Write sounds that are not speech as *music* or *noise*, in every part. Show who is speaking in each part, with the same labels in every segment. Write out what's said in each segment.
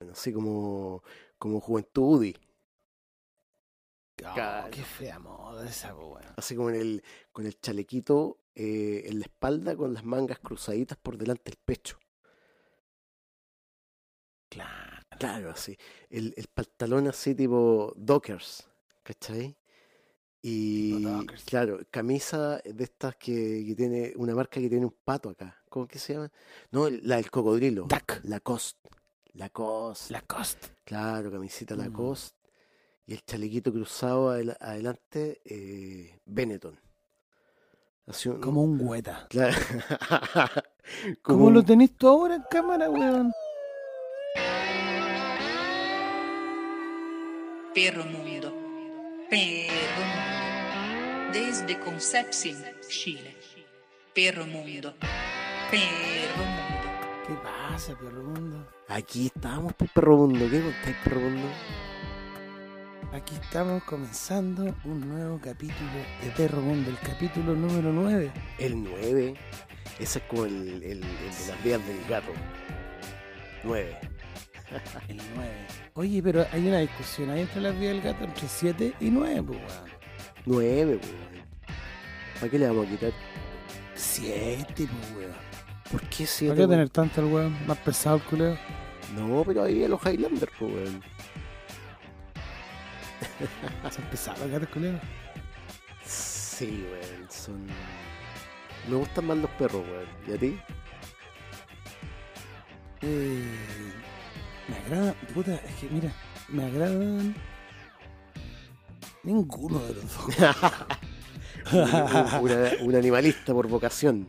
Speaker 1: weón, así como, como Juventud UDI.
Speaker 2: Oh, qué fea moda esa, po, weón.
Speaker 1: Así como en el, con el chalequito eh, en la espalda, con las mangas cruzaditas por delante del pecho.
Speaker 2: Claro.
Speaker 1: Claro, así. El, el pantalón así tipo Dockers, ¿cachai? Y
Speaker 2: Tipo Dockers.
Speaker 1: claro, camisa de estas que, que tiene una marca que tiene un pato acá. ¿Cómo que se llama? No, el- la del cocodrilo.
Speaker 2: Duck.
Speaker 1: Lacoste. Lacoste.
Speaker 2: Lacoste.
Speaker 1: Claro, camisita
Speaker 2: Mm.
Speaker 1: Lacoste. Y el chalequito cruzado adela- adelante, eh, Benetton. Así un-
Speaker 2: Como un güeta.
Speaker 1: *laughs* Claro.
Speaker 2: Mm. *laughs* ¿Cómo,
Speaker 1: Como
Speaker 2: lo
Speaker 1: un-
Speaker 2: tenés tú ahora en cámara, weón?
Speaker 3: Perro Mundo. Perro Mundo. Desde Concepción, Chile. Perro Mundo. Perro Mundo.
Speaker 2: ¿Qué pasa, perro mundo?
Speaker 1: Aquí estábamos, pues, perro mundo. ¿Qué contáis, perro mundo?
Speaker 2: Aquí estamos comenzando un nuevo capítulo de Perro Mundo, el capítulo número 9.
Speaker 1: El 9. Ese es como el, el- el de las vías del gato. 9.
Speaker 2: El 9. Oye, pero hay una discusión ahí entre las vías del gato, entre 7 y 9, pues, weón.
Speaker 1: 9, pues. weón. ¿Para qué le vamos a quitar?
Speaker 2: 7, pues, weón.
Speaker 1: ¿Por qué
Speaker 2: ¿Por
Speaker 1: 7?
Speaker 2: qué tener tanto el weón? Más pesado el culeo.
Speaker 1: No, pero ahí a los Highlanders, pues, weón.
Speaker 2: Se pesado el gato el culeo.
Speaker 1: Sí, weón. Son. Me gustan más los perros, weón. ¿Y a
Speaker 2: *laughs*
Speaker 1: ti?
Speaker 2: Eh, me agrada, puta, es que mira, me agradan ninguno de los dos.
Speaker 1: Un- *laughs* un- una- un animalista por vocación.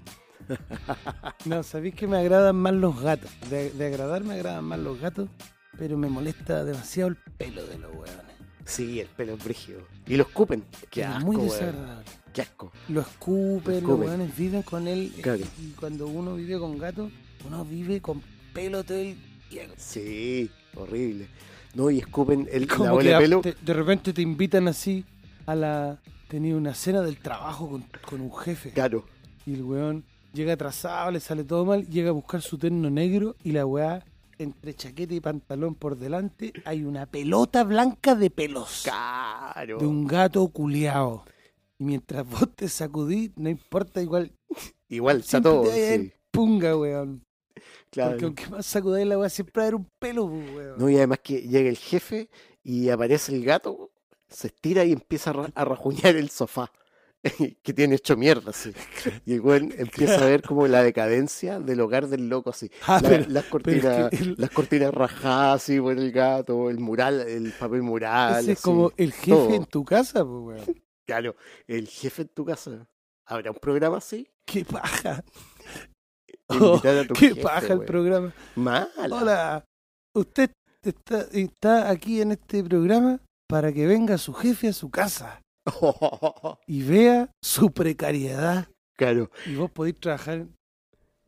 Speaker 2: No, sabéis que me agradan más los gatos. De, de agradar me agradan más los gatos, pero me molesta demasiado el pelo de los hueones.
Speaker 1: Sí, el pelo es brígido. Y lo escupen. Qué
Speaker 2: Es
Speaker 1: asco,
Speaker 2: muy
Speaker 1: weón.
Speaker 2: desagradable.
Speaker 1: Qué asco.
Speaker 2: Lo escupen, los
Speaker 1: Escupen.
Speaker 2: hueones viven con él. eh,
Speaker 1: Claro.
Speaker 2: Y cuando uno vive con gatos, uno vive con pelo todo el día.
Speaker 1: Sí, horrible. No, y escupen el
Speaker 2: Como
Speaker 1: la bola
Speaker 2: que
Speaker 1: de pelo.
Speaker 2: te- de repente te invitan así a la. Tenía una cena del trabajo con, con un jefe.
Speaker 1: Claro.
Speaker 2: Y el weón llega atrasado, le sale todo mal, llega a buscar su terno negro y la weá, entre chaqueta y pantalón por delante, hay una pelota blanca de pelos.
Speaker 1: Claro.
Speaker 2: De un gato culeado. Y mientras vos te sacudís, no importa, igual
Speaker 1: Igual, está
Speaker 2: Siempre
Speaker 1: todo.
Speaker 2: te va a ir-
Speaker 1: sí,
Speaker 2: punga, weón.
Speaker 1: claro.
Speaker 2: Porque aunque más sacudáis la weá, siempre va a haber un pelo, pues, weón.
Speaker 1: No, y además que llega el jefe y aparece el gato, se estira y empieza a, ra- a rajuñar el sofá. *laughs* que tiene hecho mierda,
Speaker 2: *laughs*
Speaker 1: así. Y el weón empieza a ver como la decadencia del hogar del loco, así.
Speaker 2: Ah,
Speaker 1: La-
Speaker 2: pero-
Speaker 1: las,
Speaker 2: pero es que
Speaker 1: cortinas,
Speaker 2: el-
Speaker 1: las cortinas rajadas, así, por el gato, el mural, el papel mural.
Speaker 2: ese es
Speaker 1: así.
Speaker 2: como el jefe
Speaker 1: todo.
Speaker 2: en tu casa, pues, weón.
Speaker 1: Claro, el jefe en tu casa. ¿Habrá un programa
Speaker 2: *laughs*
Speaker 1: así?
Speaker 2: Qué paja.
Speaker 1: Invitar a tu
Speaker 2: Oh, Qué
Speaker 1: jefe,
Speaker 2: paja el
Speaker 1: weón.
Speaker 2: programa.
Speaker 1: Mala.
Speaker 2: Hola, usted está, está aquí en este programa para que venga su jefe a su casa y vea su precariedad.
Speaker 1: *laughs* claro,
Speaker 2: Y vos podéis trabajar,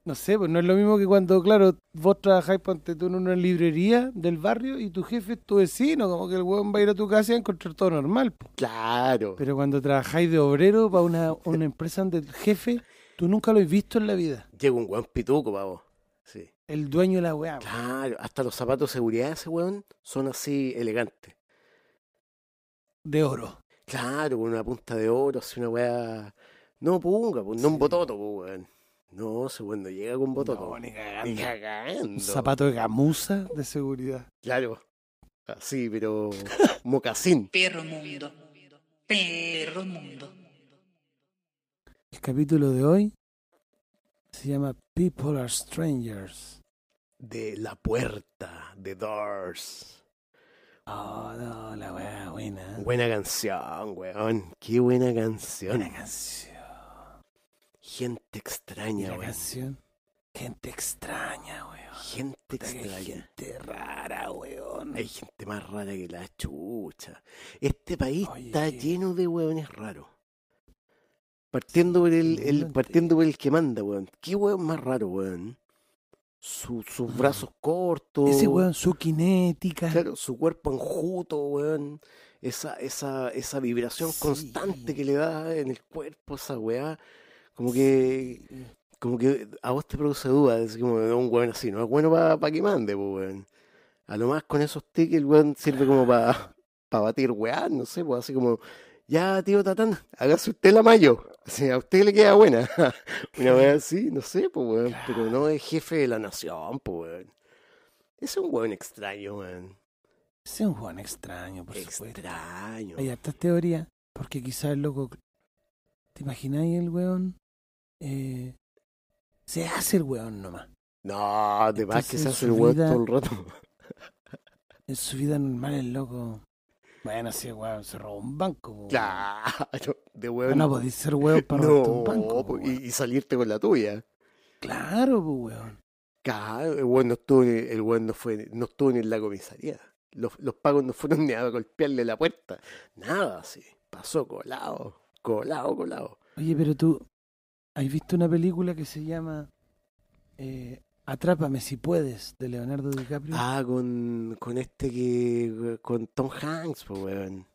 Speaker 2: no sé, pues no es lo mismo que cuando, claro, vos trabajáis ponte tú en una librería del barrio y tu jefe es tu vecino, como que el huevón va a ir a tu casa y va a encontrar todo normal. po.
Speaker 1: claro.
Speaker 2: Pero cuando trabajáis de obrero para una, una empresa donde el jefe, tú nunca lo has visto en la vida.
Speaker 1: Llega un weón pituco, pavo. Sí.
Speaker 2: El dueño de la weá. po.
Speaker 1: Claro, hasta los zapatos de seguridad de ese weón son así elegantes.
Speaker 2: de oro.
Speaker 1: Claro, con una punta de oro, así una weá. No punga, pues, no un bototo, pues, weón. No, ese weón no llega con bototo.
Speaker 2: No, ni
Speaker 1: *laughs*
Speaker 2: cagando.
Speaker 1: Ni cagando.
Speaker 2: Un zapato de gamuza de seguridad.
Speaker 1: Claro. Así,
Speaker 2: *laughs*
Speaker 1: pero. Mocasín.
Speaker 3: Perro Mundo. Perro Mundo.
Speaker 2: El capítulo de hoy se llama People Are Strangers.
Speaker 1: De la puerta, de Doors.
Speaker 2: Oh, no, la weá buena. ¿eh?
Speaker 1: Buena canción, weón. Qué buena
Speaker 2: Buena
Speaker 1: canción.
Speaker 2: canción.
Speaker 1: Gente extraña,
Speaker 2: La
Speaker 1: weón.
Speaker 2: canción. Gente extraña, weón.
Speaker 1: Gente
Speaker 2: Puta que hay
Speaker 1: extraña.
Speaker 2: gente rara, weón.
Speaker 1: Hay gente más rara que la chucha. Este país
Speaker 2: Oye,
Speaker 1: está
Speaker 2: qué-
Speaker 1: lleno de hueones raros. Partiendo por el,
Speaker 2: mundo
Speaker 1: el-
Speaker 2: entero.
Speaker 1: partiendo por el que manda, weón. ¿Qué hueón más raro, weón? Su- sus brazos cortos.
Speaker 2: Ah. Ese weón, su cinética.
Speaker 1: Claro, su cuerpo enjuto, weón. Esa, esa, esa vibración
Speaker 2: Sí.
Speaker 1: constante que le da en el cuerpo, esa weá. Como que, como que a vos te produce dudas. Es como de un weón así, no es bueno para que mande, pues, weón. A lo más con esos tickets, el weón sirve como *laughs* para batir weá, no sé, pues así como, ya, tío Tatán, hágase usted la mayo. Así, a usted le queda buena. *laughs* Una weá así, no sé, pues weón. Pero no es jefe de la nación, pues weón. Es un weón extraño, weón.
Speaker 2: Ese es un Juan extraño, por supuesto.
Speaker 1: Extraño.
Speaker 2: Hay hartas teorías, porque quizás el loco. ¿Te imagináis el weón? Eh, se hace el weón nomás.
Speaker 1: No, además que
Speaker 2: Entonces,
Speaker 1: se
Speaker 2: en
Speaker 1: hace
Speaker 2: su
Speaker 1: el weón
Speaker 2: vida-
Speaker 1: todo el rato. *laughs*
Speaker 2: *laughs* En su vida normal el loco. Bueno, sí, weón, se robó un banco. po, weón.
Speaker 1: Claro, de
Speaker 2: Ah,
Speaker 1: weón.
Speaker 2: No, podéis ser weón para robarte un banco.
Speaker 1: No,
Speaker 2: po,
Speaker 1: po,
Speaker 2: weón.
Speaker 1: y, y salirte con la tuya.
Speaker 2: Claro, pues, weón.
Speaker 1: Claro, el weón no estuvo, ni- el weón no fue, no estuvo ni en la comisaría. Los, los pagos no fueron *laughs* ni a golpearle la puerta. Nada, así. Pasó colado, colado, colado.
Speaker 2: Oye, pero tú. ¿Has visto una película que se llama. eh, Atrápame si puedes, de Leonardo DiCaprio?
Speaker 1: Ah, con, con este que. con Tom Hanks, po, weón.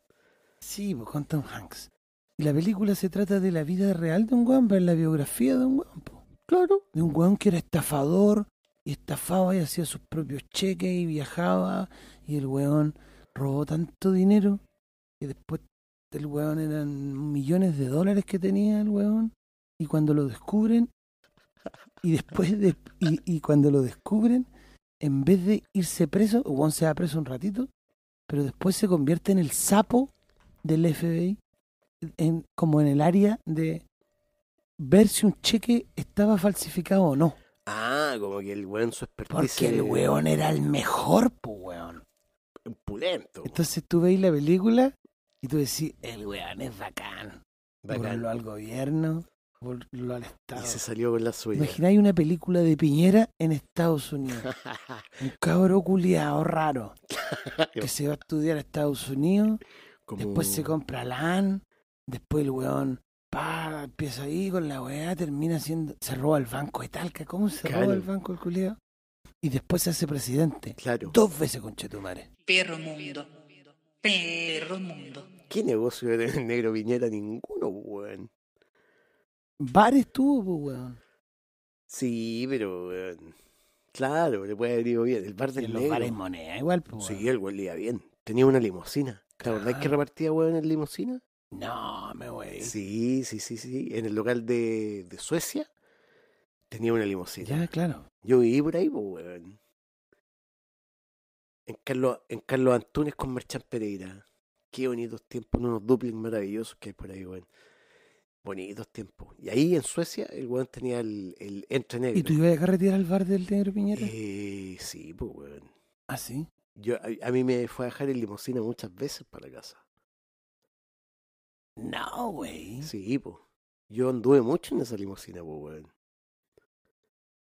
Speaker 2: Sí, pues, con Tom Hanks. Y la película se trata de la vida real de un weón, pero es la biografía de un weón, po.
Speaker 1: Claro.
Speaker 2: de un weón que era estafador y estafaba y hacía sus propios cheques y viajaba y el weón robó tanto dinero que después el weón eran millones de dólares que tenía el weón y cuando lo descubren y después de y, y cuando lo descubren en vez de irse preso el weón se va preso un ratito pero después se convierte en el sapo del FBI en, como en el área de ver si un cheque estaba falsificado o no.
Speaker 1: Ah, como que el weón su expertise.
Speaker 2: Porque el weón era el mejor, pues weón.
Speaker 1: es Pulento.
Speaker 2: Entonces tú veis la película y tú decís, el weón es bacán.
Speaker 1: pues, bacán.
Speaker 2: Voló al gobierno, voló al
Speaker 1: Y
Speaker 2: Estado.
Speaker 1: se salió con la suya.
Speaker 2: Imagináis una película de Piñera en Estados *laughs* Unidos. Un cabro culiado *laughs* raro que se va a estudiar a Estados Unidos
Speaker 1: Como-
Speaker 2: Después se compra LAN, después el weón pa, empieza ahí con la weá, termina siendo, se roba el banco de Talca, ¿cómo se
Speaker 1: Claro.
Speaker 2: roba el banco el culiao? Y después se hace presidente.
Speaker 1: Claro.
Speaker 2: Dos veces con Chetumare.
Speaker 3: Perro mundo. Perro mundo.
Speaker 1: ¿Qué negocio de *laughs* negro Viñera? Ninguno, pues, weón.
Speaker 2: Bares tuvo, po, weón.
Speaker 1: Sí, pero, weón. Claro, le puede haber ido bien. El bar
Speaker 2: Y
Speaker 1: del
Speaker 2: en los bares
Speaker 1: negro.
Speaker 2: moneda, igual, po, weón. Ah.
Speaker 1: Sí, el weón le iba bien. Tenía una limusina. ¿Te acordás que
Speaker 2: Claro.
Speaker 1: repartía, weón, en limusina?
Speaker 2: No, me wey.
Speaker 1: Sí, sí, sí, sí. En el local de, de Suecia tenía una limusina.
Speaker 2: Ya, claro.
Speaker 1: Yo viví por ahí, pues, weón. En Carlos, en Carlos Antunes con Merchan Pereira. Qué bonitos tiempos, unos duplings maravillosos que hay por ahí, weón. Bonitos tiempos. Y ahí en Suecia, el weón tenía el, el entre negro.
Speaker 2: ¿Y tú ibas a retirar al bar del negro Piñera?
Speaker 1: Eh, sí, pues, weón.
Speaker 2: Ah, sí.
Speaker 1: Yo, a, a mí me fue a dejar en limusina muchas veces para la casa.
Speaker 2: No, wey.
Speaker 1: Sí, pues. Yo anduve mucho en esa limusina, pues, weón.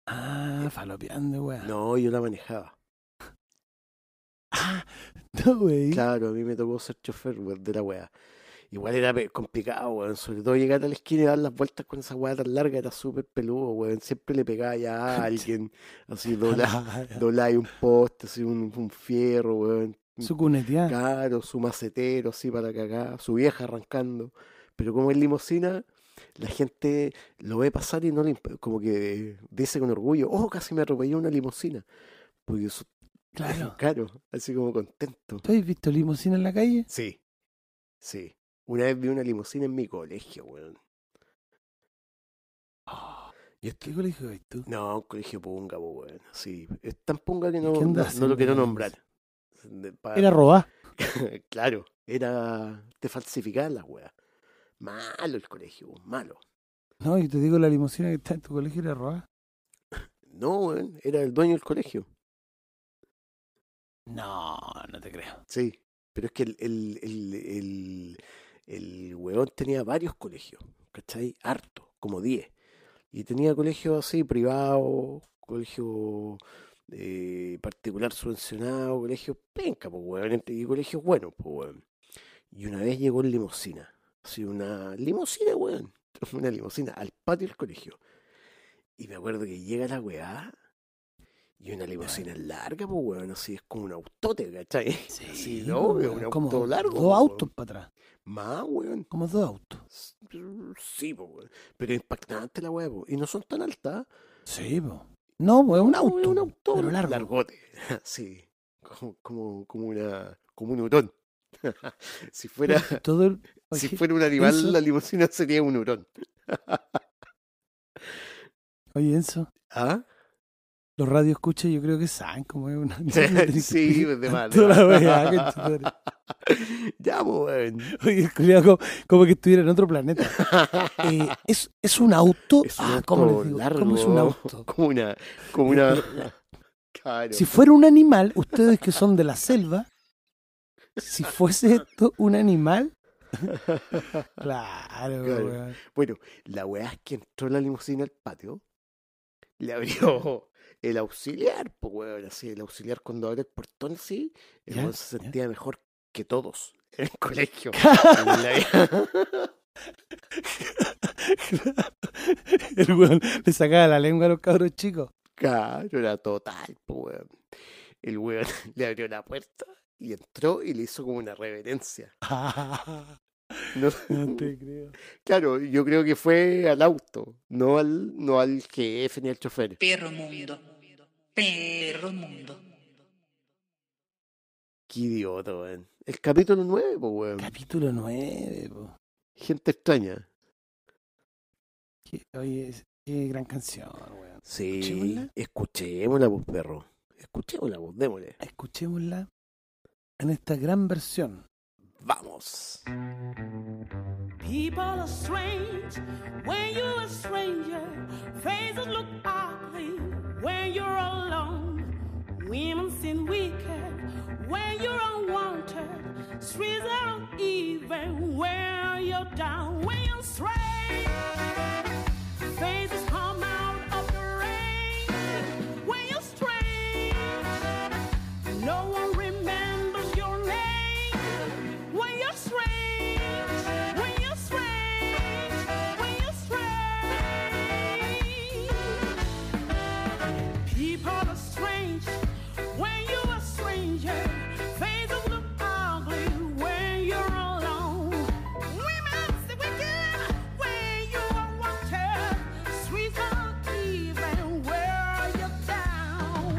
Speaker 2: Ah, falopeando, weón.
Speaker 1: No, yo la manejaba.
Speaker 2: Ah, *laughs* no, wey. *laughs*
Speaker 1: Claro, a mí me tocó ser chofer, weón, de la weá. Igual era pe- complicado, weón. Sobre todo llegar a la esquina y dar las vueltas con esa weá tan larga, era súper peludo, weón. Siempre le pegaba ya a alguien, así
Speaker 2: *laughs*
Speaker 1: dobla, doblaba ahí un poste, así un, un fierro, weón.
Speaker 2: Su cuneteada.
Speaker 1: Caro, su macetero, así para cagar, su vieja arrancando. Pero como es limusina, la gente lo ve pasar y no le imp- como que dice con orgullo, oh, casi me atropelló una limusina. Porque eso
Speaker 2: Claro.
Speaker 1: caro, así como contento.
Speaker 2: ¿Tú has visto limusina en la calle?
Speaker 1: Sí, sí. Una vez vi una limusina en mi colegio, weón. Y esto-
Speaker 2: ¿Qué colegio ves tú?
Speaker 1: No, un colegio punga, po, weón. Sí, es tan punga que no,
Speaker 2: qué
Speaker 1: no,
Speaker 2: andaba
Speaker 1: no lo
Speaker 2: haciendo
Speaker 1: quiero
Speaker 2: la
Speaker 1: nombrar. De- pa-
Speaker 2: Era robar.
Speaker 1: *laughs* claro, era... Te falsificaban las weas. Malo el colegio, weón, malo.
Speaker 2: No, yo te digo, la limusina que está en tu colegio era robar.
Speaker 1: No, weón, era el dueño del colegio.
Speaker 2: No, no te creo.
Speaker 1: Sí, pero es que el, el, el, el, el weón tenía varios colegios, ¿cachai? Harto, como 10. Y tenía colegios así, privados, colegio eh, particular subvencionado, colegios penca, pues weón, entre- y colegios buenos, pues weón. Y una vez llegó en limusina, así una limusina, weón, *laughs* una limusina al patio del colegio. Y me acuerdo que llega la weá. Y una limusina larga, pues, weón, así es como un autote, ¿cachai? Sí, no,
Speaker 2: po,
Speaker 1: weón,
Speaker 2: weón,
Speaker 1: un
Speaker 2: como
Speaker 1: auto largo.
Speaker 2: Dos
Speaker 1: po,
Speaker 2: autos
Speaker 1: weón.
Speaker 2: para atrás.
Speaker 1: Más, weón.
Speaker 2: Como dos autos.
Speaker 1: S- Sí, po, weón. Pero impactante la weá, po. Y no son tan altas.
Speaker 2: Sí, po. No, po, es un
Speaker 1: No,
Speaker 2: auto.
Speaker 1: es un auto
Speaker 2: Pero largo.
Speaker 1: largote. *laughs* sí. como, como, como una, como un hurón. *laughs* si
Speaker 2: *laughs*
Speaker 1: fuera,
Speaker 2: Todo el-
Speaker 1: si
Speaker 2: oye,
Speaker 1: fuera un animal,
Speaker 2: eso-
Speaker 1: la limusina sería un hurón.
Speaker 2: oye, Enzo,
Speaker 1: ¿Ah?
Speaker 2: los radio escucha yo creo que saben cómo es una.
Speaker 1: *laughs*
Speaker 2: *laughs*
Speaker 1: sí, pues, de mal. de
Speaker 2: Toda la
Speaker 1: mal.
Speaker 2: weá, conchetumare.
Speaker 1: *laughs* ya, pues, weón.
Speaker 2: Oye, el culiao como, como que estuviera en otro
Speaker 1: *laughs*
Speaker 2: planeta. Eh, es, es un auto.
Speaker 1: Es un
Speaker 2: ah, ¿cómo les
Speaker 1: auto
Speaker 2: digo?
Speaker 1: largo,
Speaker 2: ¿Cómo es un auto?
Speaker 1: como una, *laughs* como una, claro,
Speaker 2: Si fuera un animal, ustedes que son de la selva, si fuese esto un animal.
Speaker 1: *laughs*
Speaker 2: Claro,
Speaker 1: Claro.
Speaker 2: weón. *laughs*
Speaker 1: Bueno, la weá es que entró la limusina al patio,
Speaker 2: *laughs*
Speaker 1: le abrió el auxiliar, pues weón, así, el auxiliar cuando abre el portón así, el
Speaker 2: Ya,
Speaker 1: weón se
Speaker 2: ya.
Speaker 1: sentía mejor que todos *laughs* en el colegio.
Speaker 2: *laughs*
Speaker 1: La-
Speaker 2: El weón le sacaba la lengua a los cabros chicos.
Speaker 1: *laughs* claro, era total, pues weón. El weón *laughs* le abrió la puerta y entró y le hizo como una reverencia. No- *laughs*
Speaker 2: *laughs* No te creo.
Speaker 1: claro, yo creo que fue al auto, no al, no al jefe ni al chofer.
Speaker 3: Perro mundo. Perro mundo.
Speaker 1: Qué idiota, weón. El capítulo 9, pues weón.
Speaker 2: Capítulo 9,
Speaker 1: Gente extraña.
Speaker 2: Oye, es- qué gran canción, weón.
Speaker 1: Sí,
Speaker 2: Escuchémosla.
Speaker 1: escuchémosla, pues, perro. Escuchémosla, pues, démosle.
Speaker 2: Escuchémosla en esta gran versión.
Speaker 1: Vamos.
Speaker 4: People are strange when you're a stranger. Faces look ugly when you're alone. Women seem wicked when you're unwanted. Streets are uneven when you're down. When you're strange, faces come out of the rain. When you're strange, no one remembers your name. When you're strange, when you're strange, when you're strange. People are strange when you're a stranger. Faces look ugly when you're alone. Women's wicked when you are wanted. Streets are even where you're down.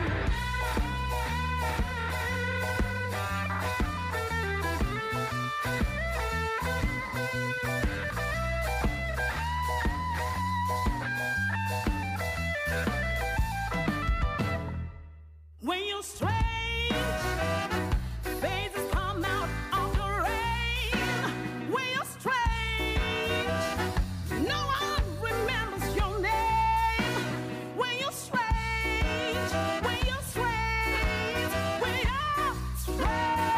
Speaker 4: When you're strange, faces come out of the rain. When you're strange, no one remembers your name. When you're strange, when you're strange, when you're strange.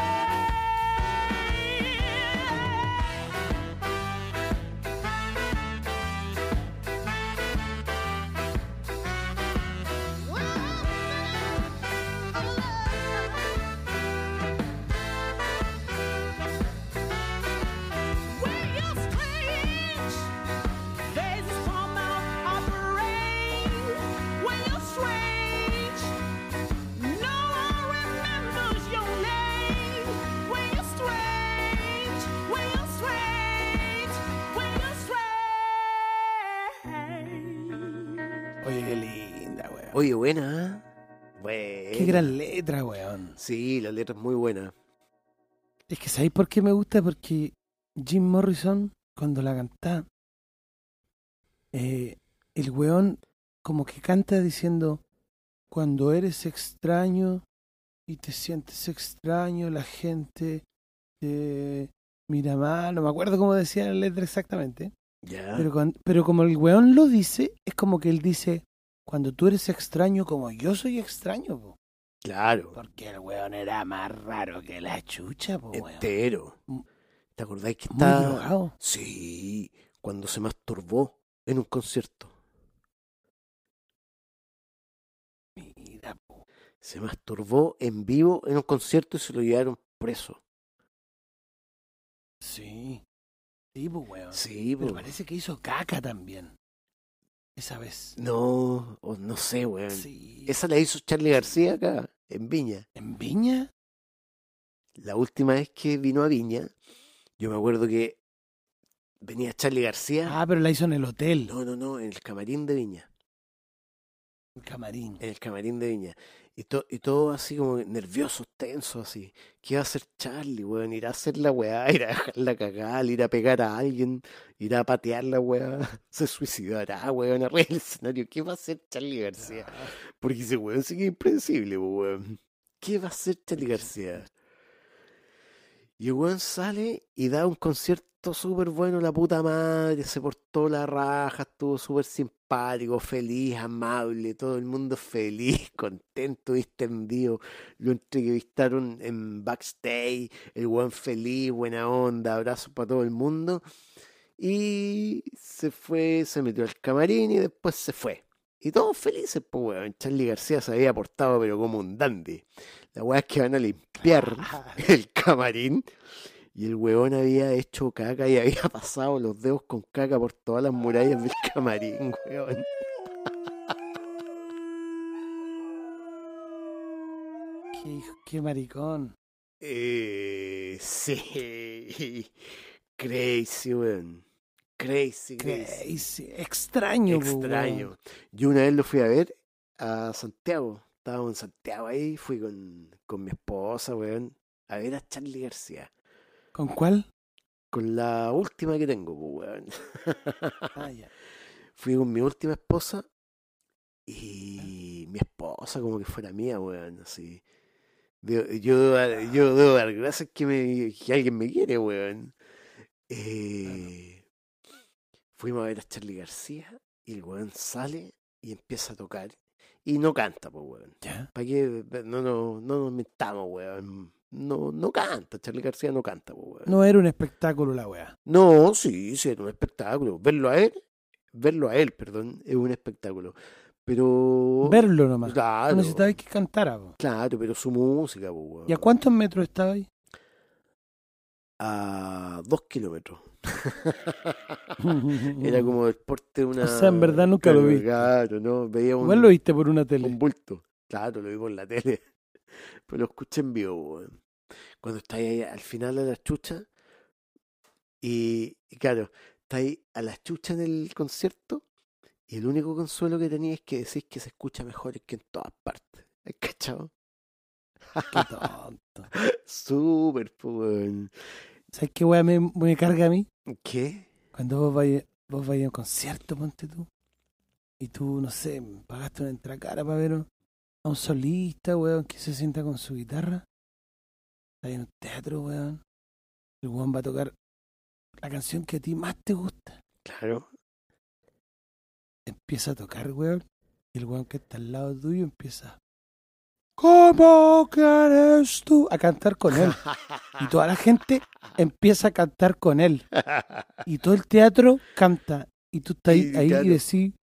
Speaker 2: Oye, qué linda, weón.
Speaker 1: Oye, buena. ¿eh? Buena.
Speaker 2: qué gran letra, weón.
Speaker 1: Sí, la letra es muy buena.
Speaker 2: Es que ¿sabéis por qué me gusta? Porque Jim Morrison, cuando la canta, eh, el weón como que canta diciendo, cuando eres extraño y te sientes extraño, la gente te mira mal, no me acuerdo cómo decía la letra exactamente,
Speaker 1: Ya.
Speaker 2: pero, cuan- pero como el weón lo dice, es como que él dice, cuando tú eres extraño como yo soy extraño, po".
Speaker 1: claro.
Speaker 2: porque el weón era más raro que la chucha, po, Oh, weón.
Speaker 1: Entero.
Speaker 2: Mm.
Speaker 1: ¿Te acordáis que
Speaker 2: Muy
Speaker 1: está?
Speaker 2: drogado.
Speaker 1: Sí, cuando se masturbó en un concierto.
Speaker 2: Mira, po.
Speaker 1: Se masturbó en vivo en un concierto y se lo llevaron preso.
Speaker 2: sí. Sí, pues, weón.
Speaker 1: Sí,
Speaker 2: Pero
Speaker 1: po.
Speaker 2: parece que hizo caca también. Esa vez.
Speaker 1: No, o no sé, weón.
Speaker 2: Sí.
Speaker 1: Esa la hizo Charlie García acá, en Viña.
Speaker 2: ¿En Viña?
Speaker 1: la última vez que vino a Viña, yo me acuerdo que venía Charlie García.
Speaker 2: Ah, pero la hizo en el hotel.
Speaker 1: No, no, no, en el camarín de Viña.
Speaker 2: El camarín.
Speaker 1: Eh. En el camarín de Viña. Y, to- y todo así como nerviosos, tensos, así. ¿Qué va a hacer Charlie, weón? ¿Irá a hacer la weá? *laughs* ¿Irá a dejarla cagada? ¿Le ¿Irá a pegar a alguien? ¿Irá a patear la weá? *laughs* ¿Se suicidará, weón? Arriba del escenario. ¿Qué va a hacer Charlie García? Porque ese weón sí que es impredecible, po, weón. ¿Qué va a hacer Charlie García? Y el weón sale y da un concierto súper bueno, la puta madre, se portó la raja, estuvo súper simpático, feliz, amable, todo el mundo feliz, *laughs* contento, distendido. Lo entrevistaron en backstage, el weón feliz, buena onda, abrazos para todo el mundo. Y se fue, se metió al camarín y después se fue. Y todos felices, pues weón. Charlie García se había portado pero como un dandy. La weá es que van a limpiar el camarín. Y el weón había hecho caca y *laughs* había pasado los dedos con caca por todas las murallas del camarín, weón.
Speaker 2: Qué, hijo- qué maricón.
Speaker 1: Eh, sí. Crazy, weón. Crazy, crazy.
Speaker 2: Crazy. Extraño, po, weón.
Speaker 1: Extraño. Yo una vez lo fui a ver a Santiago. Estábamos en Santiago ahí, fui con, con mi esposa, weón, a ver a Charlie García.
Speaker 2: ¿Con cuál?
Speaker 1: Con la última que tengo, pues, weón.
Speaker 2: Ah, ya.
Speaker 1: Fui con mi última esposa y mi esposa como que fuera mía, weón, así. Debo- Yo, yo, debo dar gracias que, me, que alguien me quiere, weón. Eh, fuimos a ver a Charlie García y el weón sale y empieza a tocar y no canta, pues, weón.
Speaker 2: Ya.
Speaker 1: ¿Para qué? No, no, no nos mentamos, weón. No, no canta, Charlie García no canta, pues, weón.
Speaker 2: No era un espectáculo la weá.
Speaker 1: No, sí, sí, era un espectáculo. Verlo a él, verlo a él, perdón, es un espectáculo. Pero,
Speaker 2: Verlo nomás. No
Speaker 1: Oh, claro,
Speaker 2: necesitabas que cantara, po.
Speaker 1: claro, pero su música, po, weón.
Speaker 2: ¿Y a cuántos metros estaba ahí?
Speaker 1: A dos kilómetros. *laughs* Era como el porte de una.
Speaker 2: Uh. *laughs* O sea, en verdad nunca lo
Speaker 1: claro,
Speaker 2: viste.
Speaker 1: Claro, no, veía un,
Speaker 2: Igual lo viste por una tele.
Speaker 1: un bulto. Claro, lo vi por la tele. *laughs* Pero lo escuché en vivo, weón. Cuando estáis ahí al final de la chucha, y, y claro, estáis a la chucha en el concierto, y el único consuelo que tenéis es que decís que se escucha mejor que en todas partes.
Speaker 2: *laughs*
Speaker 1: ¿Cachado?
Speaker 2: Qué tonto.
Speaker 1: Súper, po, weón.
Speaker 2: ¿Sabes qué weá me, me carga a mí?
Speaker 1: ¿Qué?
Speaker 2: Cuando vos vais, vos vais a un concierto, ponte tú. Y tú, no sé, pagaste una entracara para ver un- a un solista, weón, que se sienta con su guitarra. Está en un teatro, weón. El weón va a tocar la canción que a ti más te gusta.
Speaker 1: Claro.
Speaker 2: Empieza a tocar, weón. Y el weón que está al lado tuyo empieza. ¿Cómo quieres tú? A cantar con él. Y toda
Speaker 1: *laughs*
Speaker 2: la gente empieza a cantar con él. Y todo el teatro canta. Y tú estás ahí,
Speaker 1: Y
Speaker 2: ahí
Speaker 1: claro.
Speaker 2: y decís,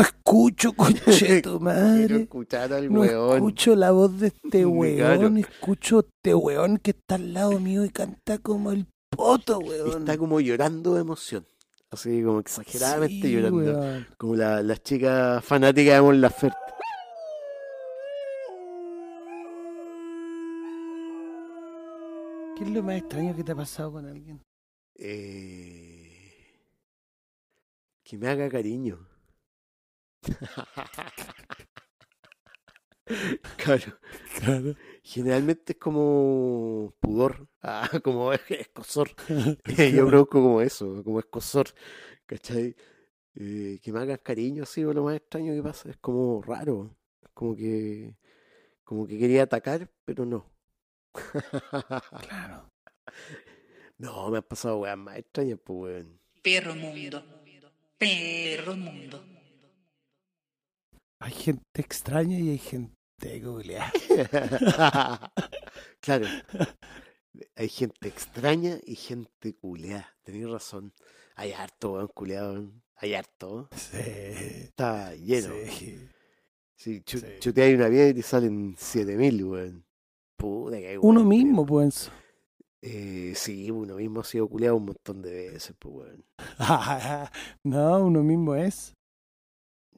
Speaker 1: *laughs*
Speaker 2: escucho, coche
Speaker 1: Quiero
Speaker 2: tu madre.
Speaker 1: escuchar al
Speaker 2: No
Speaker 1: weón.
Speaker 2: escucho la voz de este
Speaker 1: Claro.
Speaker 2: weón. Escucho este weón que está al lado mío y canta como el poto,
Speaker 1: Y
Speaker 2: weón.
Speaker 1: Está como llorando de emoción. Así como exageradamente
Speaker 2: Sí,
Speaker 1: llorando.
Speaker 2: weón.
Speaker 1: Como la- las chicas fanáticas de Mon Laferte.
Speaker 2: ¿Qué es lo más extraño que te ha pasado con alguien?
Speaker 1: Eh, que me haga cariño. claro.
Speaker 2: Claro.
Speaker 1: Generalmente es como pudor, *laughs* ah, como escosor. *laughs* Eh, Yo produzco como eso, como escosor. ¿Cachai? Eh, que me hagan cariño así, o lo más extraño que pasa. Es como raro. Como que, como que quería atacar, pero no. Ah.
Speaker 2: Claro.
Speaker 1: No, me han pasado weas más extrañas, pues weón.
Speaker 3: Perro mundo. Perro mundo.
Speaker 2: Hay gente extraña y hay gente googleada. *laughs*
Speaker 1: *laughs* claro. Hay gente extraña y gente culeada. Tenéis razón. Hay harto, weón, culeado. weón. Hay harto.
Speaker 2: Sí.
Speaker 1: Está lleno.
Speaker 2: sí.
Speaker 1: Si chu-
Speaker 2: Sí.
Speaker 1: chuteáis una piedra y te salen 7000, weón. Puta que hay
Speaker 2: Uno
Speaker 1: weón,
Speaker 2: mismo,
Speaker 1: culiao.
Speaker 2: pues. *laughs*
Speaker 1: Eh, sí, uno mismo ha sido culeado un montón de veces, pues, weón.
Speaker 2: no, uno mismo es.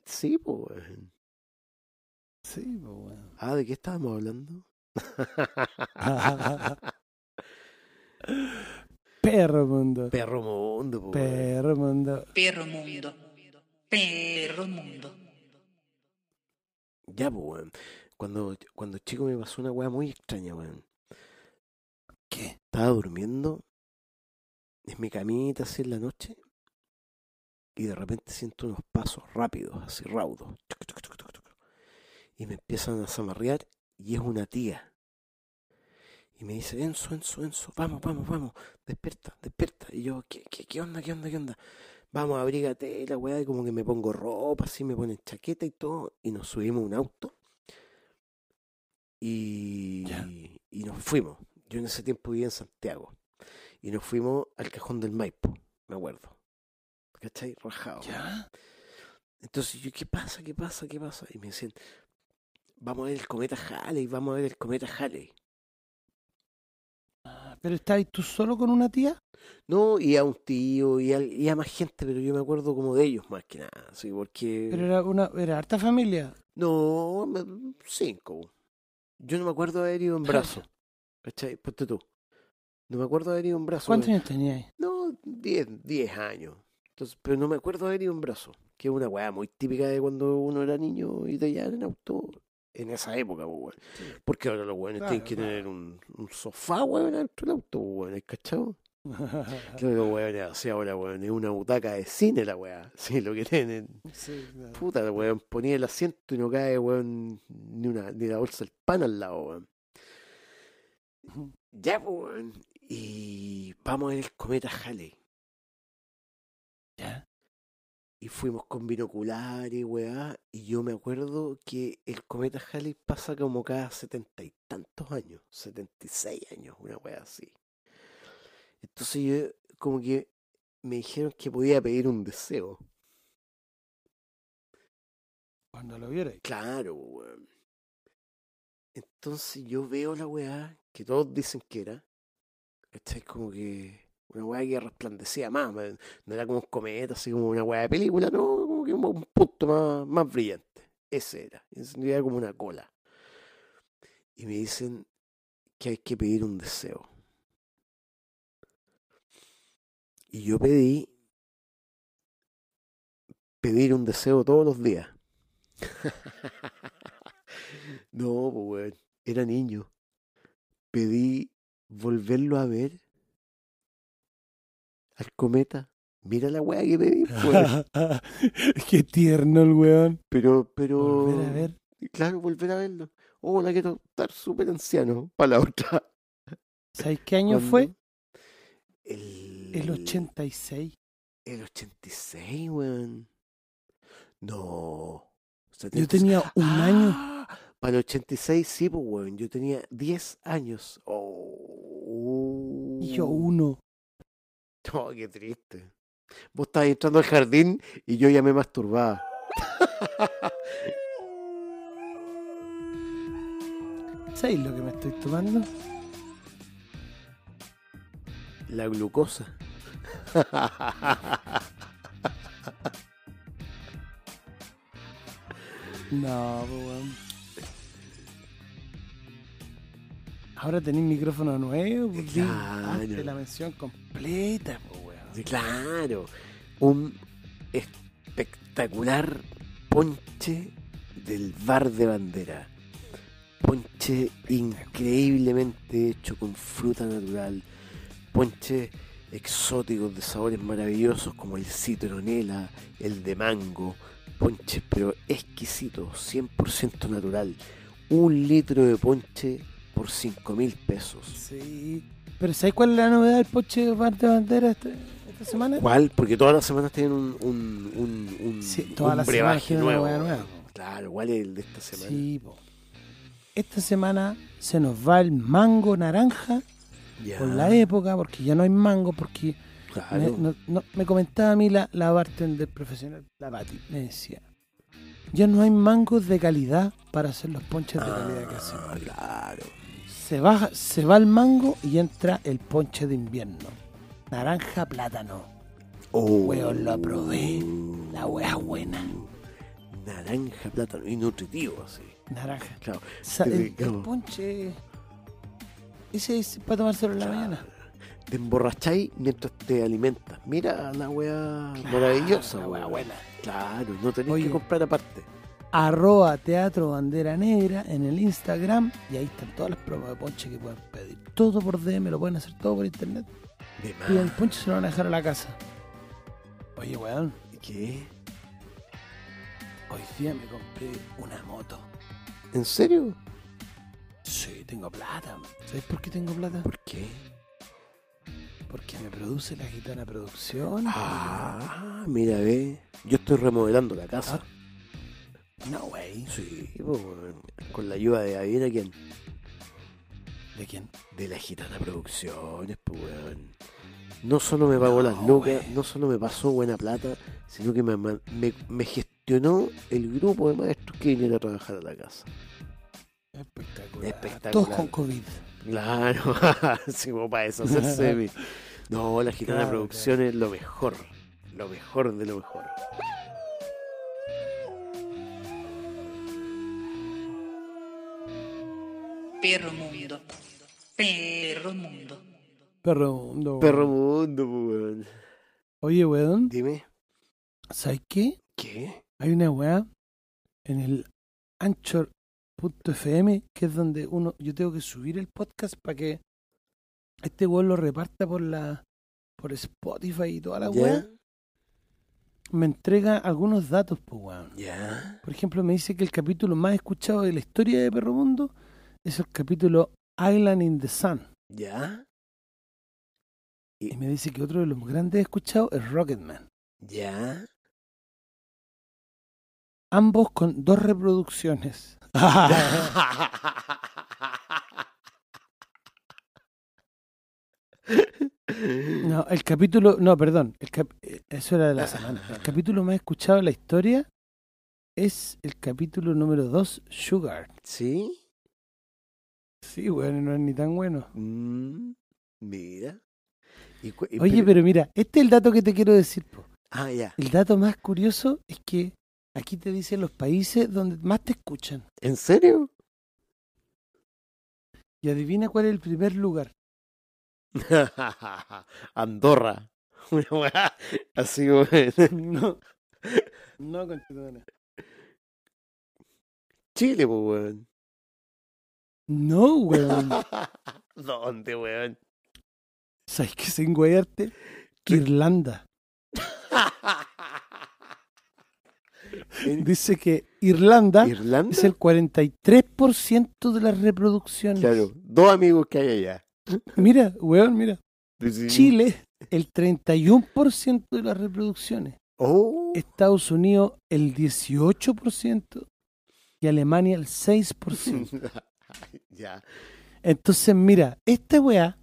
Speaker 1: Sí, pues, weón.
Speaker 2: Sí, pues, weón.
Speaker 1: *laughs* Ah, ¿de qué estábamos hablando?
Speaker 2: Perro mundo.
Speaker 1: Perro mundo, pues, weón.
Speaker 2: Perro mundo.
Speaker 3: Perro mundo. Perro mundo.
Speaker 1: Ya, pues, weón. Cuando, cuando chico me pasó una weá muy extraña, weón.
Speaker 2: ¿Qué?
Speaker 1: Estaba durmiendo en mi camita así en la noche y de repente siento unos pasos rápidos, así raudos. tuc, tuc, tuc, tuc, tuc, Y me empiezan a zamarrear y es una tía. Y me dice, Enzo, Enzo, Enzo, vamos, vamos, vamos, despierta, despierta. Y yo, ¿qué, qué, qué onda, qué onda, qué onda? Vamos, abrígate, la weá, y como que me pongo ropa, así me ponen chaqueta y todo, y nos subimos a un auto. Y,
Speaker 2: Ya.
Speaker 1: y nos fuimos. Yo en ese tiempo vivía en Santiago. Y nos fuimos al cajón del Maipo, me acuerdo. ¿Cachai? Rajado.
Speaker 2: ¿Ya?
Speaker 1: Entonces yo, ¿qué pasa? ¿Qué pasa? ¿Qué pasa? Y me decían, vamos a ver el cometa Halley, vamos a ver el cometa Halley.
Speaker 2: Ah, ¿Pero estabas tú solo con una tía?
Speaker 1: No, y a un tío, y a, y a más gente, pero yo me acuerdo como de ellos más que nada, sí, porque...
Speaker 2: Pero era una era harta familia.
Speaker 1: No, me- cinco. Yo no me acuerdo de haber
Speaker 2: *laughs*
Speaker 1: ido en brazo, ¿cachai? Ponte tú. No me acuerdo de haber ido en brazo.
Speaker 2: ¿Cuántos
Speaker 1: weón.
Speaker 2: años tenías?
Speaker 1: No, diez, diez años. Entonces, pero no me acuerdo de haber ido en brazo, que es una weá muy típica de cuando uno era niño y te llevaban en auto en esa época, po, weón. Porque ahora los weones tienen
Speaker 2: Claro,
Speaker 1: que
Speaker 2: claro.
Speaker 1: tener un, un sofá, weón, dentro del auto, pues, weón, ¿hay
Speaker 2: *laughs*
Speaker 1: ¿cachado? Claro, los weones así ahora, weón, es una butaca de cine la weá. *laughs* Sí, lo que tienen.
Speaker 2: Sí, claro.
Speaker 1: Puta, el weón, ponía el asiento y no cae, weón, ni, una, ni la bolsa del pan al lado, weón.
Speaker 2: Ujú.
Speaker 1: Ya, po, weón. Y vamos en el cometa Halley.
Speaker 2: Ya.
Speaker 1: Y fuimos con binoculares, weá. Y yo me acuerdo que el cometa Halley pasa como cada setenta y tantos años. Setenta y seis años, una weá así. Entonces yo, como que me dijeron que podía pedir un deseo.
Speaker 2: Cuando lo vieras.
Speaker 1: Claro, po, weón. Entonces yo veo la weá que todos dicen que era. Esta es como que una weá que resplandecía más. me- No era como un cometa, así como una weá de película, no, como que un- un punto más, más brillante. Ese era. Ese era como una cola. Y me dicen que hay que pedir un deseo. Y yo pedí pedir un deseo todos los días.
Speaker 2: *laughs*
Speaker 1: No, pues, weón, era niño. Pedí volverlo a ver al cometa. Mira la weá que pedí, pues, weón.
Speaker 2: *laughs* Qué tierno el weón.
Speaker 1: Pero, pero.
Speaker 2: Volver a ver.
Speaker 1: Claro, volver a verlo. Hola, quiero estar súper anciano para la otra.
Speaker 2: ¿Sabes qué año
Speaker 1: ¿Cuándo?
Speaker 2: fue?
Speaker 1: El,
Speaker 2: El 86.
Speaker 1: El 86, weón. No.
Speaker 2: Yo
Speaker 1: 76.
Speaker 2: tenía un año.
Speaker 1: Ah, Para el 86, sí, pues, weón. Yo tenía 10 años. Oh.
Speaker 2: Y yo uh. uno.
Speaker 1: No, qué triste. Vos estabas entrando al jardín y yo ya me
Speaker 2: *laughs*
Speaker 1: masturbaba.
Speaker 2: ¿Sabes lo que me estoy tomando?
Speaker 1: La glucosa. *laughs*
Speaker 2: No, po, weón. Ahora tenéis micrófono nuevo, pues, di-
Speaker 1: Claro.
Speaker 2: hazte la mención completa, po, weón.
Speaker 1: Sí, claro. Un espectacular ponche del bar de bandera. Ponche increíblemente hecho con fruta natural. Ponche exóticos de sabores maravillosos como el citronela, el de mango. Ponches pero exquisitos, 100% natural. Un litro de ponche por 5 mil pesos.
Speaker 2: Sí. Pero ¿sabes cuál es la novedad del poche de parte de bandera esta, esta semana?
Speaker 1: ¿Cuál? Porque todas las semanas tienen un, un, un, un,
Speaker 2: Sí, todas
Speaker 1: un
Speaker 2: las semanas
Speaker 1: brebaje
Speaker 2: tienen una
Speaker 1: nuevo.
Speaker 2: weá nueva.
Speaker 1: Claro, ¿cuál es el de esta semana?
Speaker 2: Sí, po. Esta semana se nos va el mango naranja
Speaker 1: Ya,
Speaker 2: por la época, porque ya no hay mango, porque
Speaker 1: claro.
Speaker 2: me, no- no- me comentaba a mí la, la bartender profesional, la Pati, me decía, ya no hay mangos de calidad para hacer los ponches de calidad que hacemos.
Speaker 1: Ah, claro.
Speaker 2: Se baja, se va el mango y entra el ponche de invierno. Naranja plátano.
Speaker 1: Oh,
Speaker 2: Weón, lo probé. La wea buena.
Speaker 1: Oh, Naranja, plátano y nutritivo así.
Speaker 2: Naranja.
Speaker 1: Claro.
Speaker 2: Sa-
Speaker 1: Qué
Speaker 2: el,
Speaker 1: rico.
Speaker 2: el ponche. Ese es para tomárselo en la mañana.
Speaker 1: Te emborracháis mientras te alimentas. Mira la weá maravillosa.
Speaker 2: la weá
Speaker 1: weón.
Speaker 2: buena.
Speaker 1: Claro, no tenés
Speaker 2: Oye.
Speaker 1: que comprar aparte.
Speaker 2: arroba teatro bandera negra en el Instagram y ahí están todas las promos de Ponche que pueden pedir. Todo por DM, lo pueden hacer todo por internet.
Speaker 1: De
Speaker 2: Y el
Speaker 1: más.
Speaker 2: Ponche se lo van a dejar a la casa. Oye, weón,
Speaker 1: ¿Qué?
Speaker 2: hoy día me compré una moto.
Speaker 1: ¿En serio?
Speaker 2: Sí, tengo plata. ¿Sabes por qué tengo plata?
Speaker 1: ¿Por qué?
Speaker 2: Porque me produce la gitana producción.
Speaker 1: Ah, mira, ve. Yo estoy remodelando la casa.
Speaker 2: No, wey.
Speaker 1: Sí, po, pues, weón. con la ayuda de Javier, ¿a quién?
Speaker 2: ¿De quién?
Speaker 1: De la Gitana Producciones, pues, weón. No solo me pagó las lucas,
Speaker 2: weón.
Speaker 1: no solo me pasó buena plata, sino que me, ma- me- me gestionó el grupo de maestros que vinieron a trabajar a la casa.
Speaker 2: Espectacular.
Speaker 1: Espectacular.
Speaker 2: Todos con COVID.
Speaker 1: Claro, *laughs* sí, como para deshacerse de mí. *laughs* No, la Gitana
Speaker 2: Claro,
Speaker 1: Producciones es lo mejor, lo mejor de lo mejor.
Speaker 3: Perro mundo. Perro mundo.
Speaker 2: Perro mundo. weón.
Speaker 1: Perro mundo, pues, weón.
Speaker 2: Oye, weón,
Speaker 1: Dime,
Speaker 2: ¿sabes qué?
Speaker 1: ¿qué?
Speaker 2: Hay una weá en el anchor.fm que es donde uno yo tengo que subir el podcast para que este weón lo reparta por la por Spotify y toda la
Speaker 1: ¿Ya?
Speaker 2: weá. Me entrega algunos datos, pues weón.
Speaker 1: ¿Ya?
Speaker 2: Por ejemplo, me dice que el capítulo más escuchado de la historia de Perro Mundo es el capítulo Island in the Sun.
Speaker 1: ¿Ya?
Speaker 2: Y me dice que otro de los grandes escuchados es Rocketman.
Speaker 1: ¿Ya?
Speaker 2: Ambos con dos reproducciones. No, el capítulo, no, perdón, el cap- eh, eso era de la semana. El capítulo más escuchado de la historia es el capítulo número 2, Sugar.
Speaker 1: *laughs* ¿Sí?
Speaker 2: Sí, bueno, no es ni tan bueno.
Speaker 1: Mm, mira. Y cu- y
Speaker 2: Oye, pero mira, este es el dato que te quiero decir. po.
Speaker 1: Ah, ya.
Speaker 2: El dato más curioso es que aquí te dicen los países donde más te escuchan.
Speaker 1: ¿En serio?
Speaker 2: Y adivina cuál es el primer lugar.
Speaker 1: *laughs* Andorra. *laughs* Una weá Así, weón.
Speaker 2: No. No, conchetumare.
Speaker 1: Chile, pues, weón.
Speaker 2: No, *laughs* weón.
Speaker 1: ¿Dónde, weón? *laughs*
Speaker 2: ¿Sabes qué sin guayarte? Irlanda. Dice que Irlanda
Speaker 1: ¿Irlanda?
Speaker 2: es el 43% de las reproducciones.
Speaker 1: Claro, dos amigos que hay allá.
Speaker 2: Mira, weón, mira.
Speaker 1: Sí.
Speaker 2: Chile, el 31% de las reproducciones.
Speaker 1: Oh, *laughs*
Speaker 2: Estados Unidos, el 18%. Y Alemania,
Speaker 1: *laughs*
Speaker 2: el 6%.
Speaker 1: ya.
Speaker 2: Entonces, mira, esta weá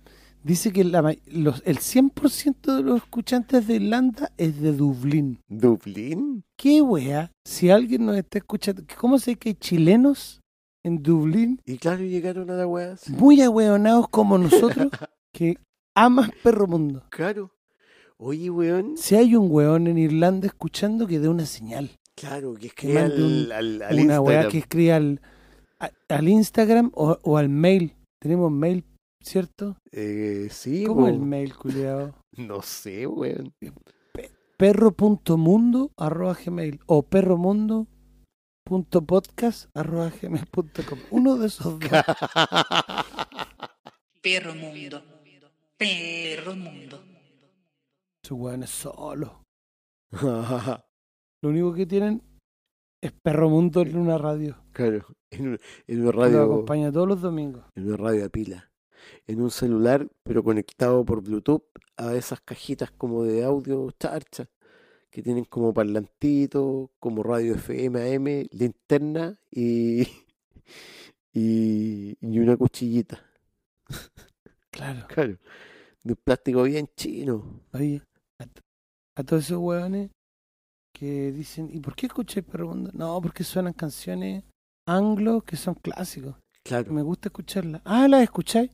Speaker 2: dice que la ma- los- el 100% de los escuchantes de Irlanda es de Dublín.
Speaker 1: ¿Dublín?
Speaker 2: ¿Qué weá? Si alguien nos está escuchando, ¿cómo sé que hay chilenos en Dublín?
Speaker 1: Y claro, llegaron a la weá. sí.
Speaker 2: muy ahueonados
Speaker 1: *laughs*
Speaker 2: como nosotros que amas perro mundo.
Speaker 1: Claro. Oye, weón.
Speaker 2: Si hay un hueón en Irlanda escuchando que dé una señal,
Speaker 1: Claro, que
Speaker 2: Que
Speaker 1: escribe
Speaker 2: mande
Speaker 1: al,
Speaker 2: un-
Speaker 1: al, al
Speaker 2: una weá
Speaker 1: Instagram.
Speaker 2: que escriba al, a- al Instagram o, o al mail. Tenemos mail, ¿cierto?
Speaker 1: Eh, sí,
Speaker 2: ¿Cómo
Speaker 1: po.
Speaker 2: es el mail, culiado?
Speaker 1: No sé,
Speaker 2: *laughs*
Speaker 1: weón. *laughs*
Speaker 2: perro.mundo arroba gmail o perromundo.podcast arroba gmail.com. Uno de esos dos.
Speaker 3: Perro mundo. Perro mundo.
Speaker 2: Esos hueones solo. Lo único que tienen es perro mundo en una radio.
Speaker 1: claro, en, un- en una
Speaker 2: Lo
Speaker 1: radio,
Speaker 2: acompaña todos los domingos.
Speaker 1: en una radio a pila. En un celular, pero conectado por Bluetooth a esas cajitas como de audio charcha, que tienen como parlantito, como radio FM, AM, linterna y, *laughs* y, y una cuchillita.
Speaker 2: Claro.
Speaker 1: Claro, de un plástico bien chino.
Speaker 2: Oye, a, t- a todos esos hueones que dicen, ¿y por qué escuché Perro Mundo? No, porque suenan canciones anglo que son clásicos.
Speaker 1: Claro.
Speaker 2: Me gusta escucharlas. Ah, ¿las escucháis?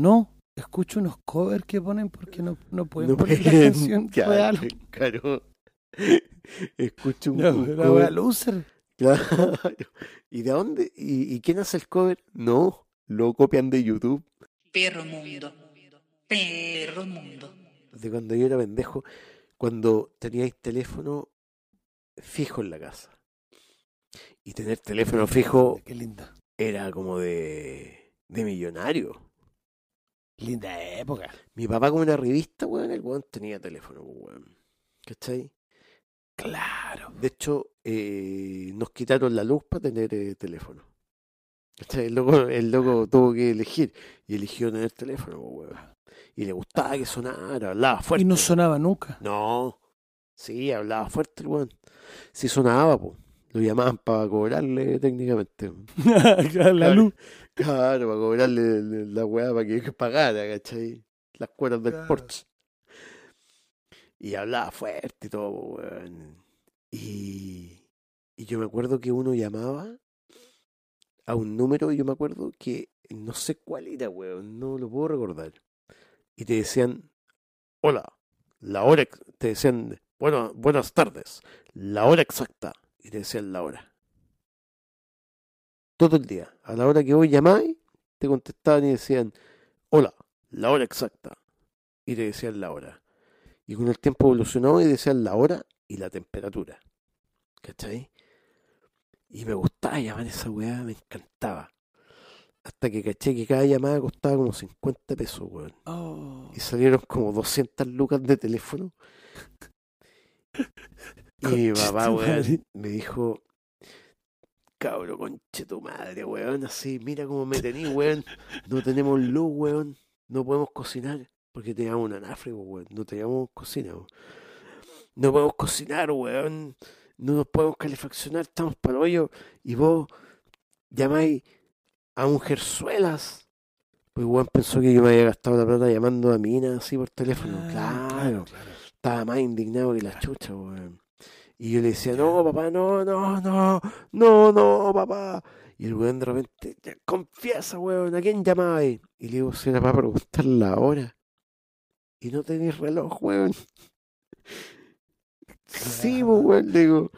Speaker 2: No, escucho unos covers que ponen porque no, no pueden
Speaker 1: No
Speaker 2: poner la
Speaker 1: pueden, *laughs* *laughs*
Speaker 2: canción
Speaker 1: claro,
Speaker 2: real.
Speaker 1: Claro. *laughs* Escucho un,
Speaker 2: No,
Speaker 1: un
Speaker 2: la
Speaker 1: cover,
Speaker 2: wea loser.
Speaker 1: *laughs* claro. ¿Y de dónde? ¿Y, y quién hace el cover? No, lo copian de YouTube.
Speaker 3: Perro mundo. Perro mundo.
Speaker 1: De cuando yo era pendejo, cuando teníais teléfono fijo en la casa. Y tener teléfono Eh, fijo
Speaker 2: Qué linda.
Speaker 1: era como de, de millonario.
Speaker 2: Linda época.
Speaker 1: Mi papá con una revista, weón, el weón tenía teléfono, pues, weón. ¿Cachai?
Speaker 2: Claro.
Speaker 1: De hecho, eh, nos quitaron la luz para tener eh, teléfono. ¿Cachai? El loco, el loco tuvo que elegir y eligió tener teléfono, pues, weón. Y le gustaba que sonara, hablaba fuerte.
Speaker 2: Y no
Speaker 1: *laughs*
Speaker 2: sonaba nunca.
Speaker 1: No. Sí, hablaba fuerte el weón. Sí sonaba, po. Lo llamaban para cobrarle técnicamente. weón.
Speaker 2: la luz.
Speaker 1: Claro, para cobrarle la- la weá para que pagara, ¿cachai? Las cuerdas del
Speaker 2: Claro.
Speaker 1: Porsche. Y hablaba fuerte y todo, weón. Y, y yo me acuerdo que uno llamaba a un número, y yo me acuerdo que no sé cuál era, weón, no lo puedo recordar. Y te decían, hola, la hora, ex-", te decían, bueno, buenas tardes, la hora exacta. Y te decían la hora todo el día. A la hora que vos llamáis, te contestaban y decían, hola, la hora exacta. Y te decían la hora. Y con el tiempo evolucionó y decían la hora y la temperatura. ¿Cachai? Y me gustaba llamar a esa weá, me encantaba. Hasta que caché que cada llamada costaba como 50 pesos, weón.
Speaker 2: Oh.
Speaker 1: Y salieron como 200 lucas de
Speaker 2: *laughs*
Speaker 1: teléfono. Y mi
Speaker 2: Conche
Speaker 1: papá,
Speaker 2: tu
Speaker 1: weón,
Speaker 2: madre.
Speaker 1: me dijo, cabro, conche tu madre, weón, así, mira cómo me tení, weón. No tenemos luz, weón. No podemos cocinar. Porque teníamos un anafre, po, weón. No teníamos cocina, weón. No podemos cocinar, weón. No nos podemos calefaccionar, estamos para el hoyo. Y vos llamáis a un Gersuelas. Pues weón pensó que yo me había gastado la plata llamando a mina así por teléfono.
Speaker 2: Ah,
Speaker 1: claro *laughs* estaba más indignado que la chucha, weón. Y yo le decía, no, papá, no, no, no, no, no, papá. Y el weón de repente, "Ya, confiesa, weón, ¿a quién llamabais? Y le digo, si era para preguntar la hora. Y no tenéis reloj, weón. Sí, po, weón, le digo,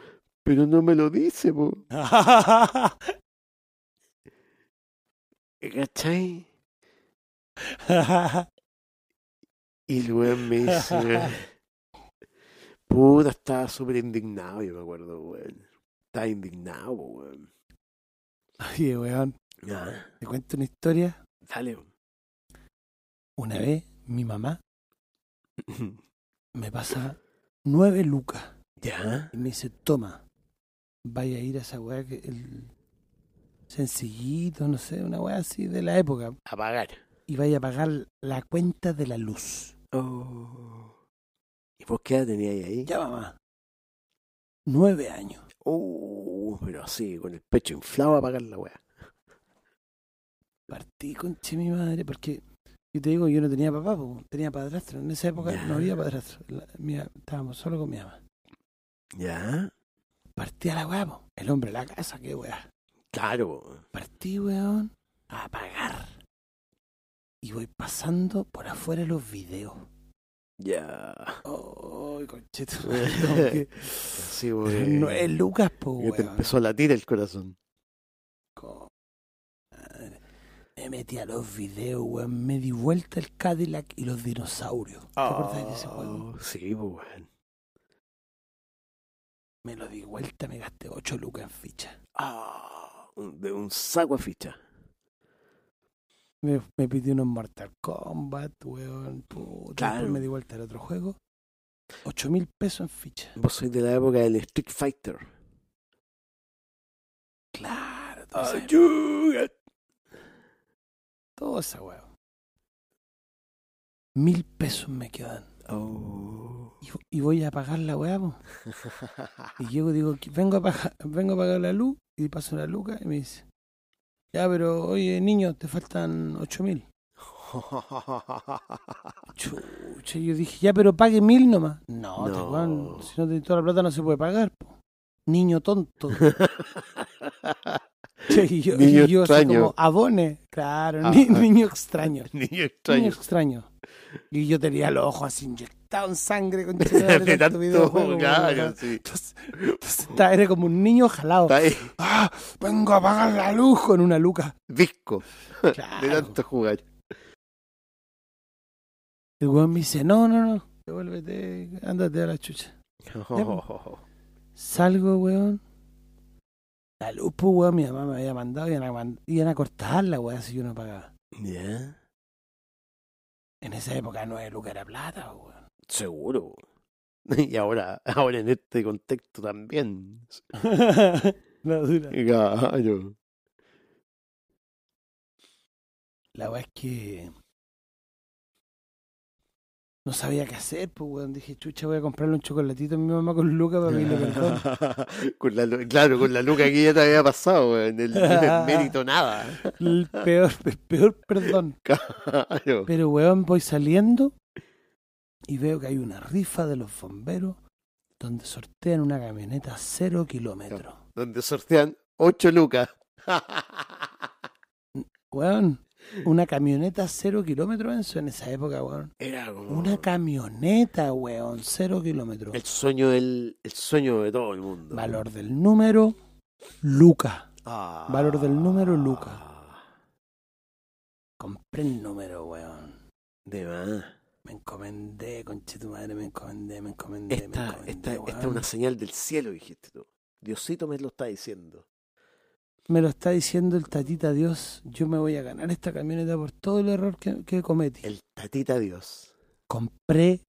Speaker 1: pero no me lo dice, po.
Speaker 2: claro.
Speaker 1: ¿Cachai? Y el weón me dice, puta, estaba súper indignado, yo me acuerdo, weón. Estaba indignado, po, weón.
Speaker 2: Oye, weón,
Speaker 1: Ah,
Speaker 2: te cuento una historia.
Speaker 1: dale, weón.
Speaker 2: Una vez mi mamá me pasa nueve lucas
Speaker 1: *laughs* Ya.
Speaker 2: y me dice, toma, vaya a ir a esa weá que el sencillito, no sé, una weá así de la época.
Speaker 1: Apagar.
Speaker 2: Y vaya a pagar la cuenta de la luz.
Speaker 1: Oh. ¿Y vos qué edad tenías ahí?
Speaker 2: Ya, mamá. Nueve años.
Speaker 1: Oh, pero así, con el pecho inflado a apagar la weá.
Speaker 2: Partí con mi madre, porque yo te digo, yo no tenía papá, po, tenía padrastro. En esa época
Speaker 1: Ya.
Speaker 2: no había padrastro. La- mira, estábamos solo con mi mamá.
Speaker 1: ¿Ya?
Speaker 2: Partí a la weá, po. el hombre de la casa, qué weá.
Speaker 1: Claro.
Speaker 2: Partí, weón, a pagar. Y voy pasando por afuera los videos.
Speaker 1: Ya.
Speaker 2: Oh, conchito.
Speaker 1: *laughs*
Speaker 2: como que-
Speaker 1: Así, *laughs*
Speaker 2: no es
Speaker 1: weón.
Speaker 2: Lucas, po,
Speaker 1: eh, Que te
Speaker 2: weón.
Speaker 1: empezó a latir el corazón.
Speaker 2: Co- madre. Me metí a los videos, weón. Me di vuelta el Cadillac y los dinosaurios. ¿Te acordás de ese juego?
Speaker 1: Oh, Ah, Sí, po, weón.
Speaker 2: Me lo di vuelta, me gasté 8 lucas en ficha.
Speaker 1: Ah, un- de un saco a ficha.
Speaker 2: Me, me pidió unos Mortal Kombat, weón. Puta.
Speaker 1: Claro.
Speaker 2: Después Me di vuelta al otro juego. 8 mil pesos en ficha.
Speaker 1: Vos sois de la época del Street Fighter.
Speaker 2: Claro,
Speaker 1: Ah,
Speaker 2: todo esa-
Speaker 1: Ayuda.
Speaker 2: todo esa, weón. Mil pesos me quedan.
Speaker 1: Oh.
Speaker 2: Y, y voy a pagar la weá, po. Y llego y digo, "Qui- vengo a, pagar, vengo a pagar la luz y paso la luca y me dice, ya, pero oye, niño, te faltan ocho mil.
Speaker 1: Oh. *laughs*
Speaker 2: Chucha, yo dije, ya, pero pague mil nomás. No, te
Speaker 1: No.
Speaker 2: weón, si no tenés toda la plata no se puede pagar, po.
Speaker 1: *laughs*
Speaker 2: Niño tonto. Che, y yo, y
Speaker 1: Niño
Speaker 2: yo así
Speaker 1: extraño.
Speaker 2: como, abone. Claro, ni-
Speaker 1: Ah.
Speaker 2: niño extraño.
Speaker 1: *laughs* Niño
Speaker 2: Niño
Speaker 1: extraño.
Speaker 2: extraño. Y yo tenía los ojos así inyectados en sangre con
Speaker 1: *laughs* De tanto,
Speaker 2: videojuego,
Speaker 1: claro,
Speaker 2: weón.
Speaker 1: sí.
Speaker 2: Entonces, entonces estaba- era como un niño jalado.
Speaker 1: Está ahí,
Speaker 2: ¡Ah! Vengo a pagar la luz con una luca.
Speaker 1: disco, *laughs* de
Speaker 2: Claro.
Speaker 1: tanto jugar.
Speaker 2: El weón me dice, no, no, no, devuélvete, ándate a la chucha. Salgo, weón. La luz, pues, weón, mi mamá me había mandado, iban a, mand- iban a cortarla, weón, si yo no pagaba.
Speaker 1: *laughs* Ya.
Speaker 2: En esa época no lucas era plata, weón. *laughs*
Speaker 1: Seguro. *laughs* Y ahora, ahora en este contexto también.
Speaker 2: La dura.
Speaker 1: *laughs* Claro.
Speaker 2: La weá es que. No sabía qué hacer, pues, weón. Dije, chucha, voy a comprarle un chocolatito a mi mamá con Luca para
Speaker 1: *laughs*
Speaker 2: pedirle perdón.
Speaker 1: Con la lu- claro, con la luca que ya te había pasado, weón, el,
Speaker 2: *laughs*
Speaker 1: el mérito nada. *laughs*
Speaker 2: El peor, el peor perdón.
Speaker 1: Claro.
Speaker 2: Pero, weón, voy saliendo y veo que hay una rifa de los bomberos donde sortean una camioneta cero kilómetros.
Speaker 1: Donde sortean 8 lucas. *laughs*
Speaker 2: Weón, una camioneta cero kilómetros, Enzo, en esa época, weón.
Speaker 1: Era como
Speaker 2: Una camioneta, weón, cero kilómetros.
Speaker 1: Oh. el sueño del, el sueño de todo el mundo.
Speaker 2: Valor del número, Luca.
Speaker 1: Ah.
Speaker 2: valor del número, lucas. Compré el número, weón.
Speaker 1: De más.
Speaker 2: Me encomendé, conche tu madre, me encomendé, me encomendé. me
Speaker 1: Esta,
Speaker 2: encomendé,
Speaker 1: esta, esta es
Speaker 2: weón.
Speaker 1: una señal del cielo, dijiste tú. Diosito me lo está diciendo.
Speaker 2: Me lo está diciendo el tatita Dios. Yo me voy a ganar esta camioneta por todo el error que, que cometí.
Speaker 1: El tatita Dios.
Speaker 2: Compré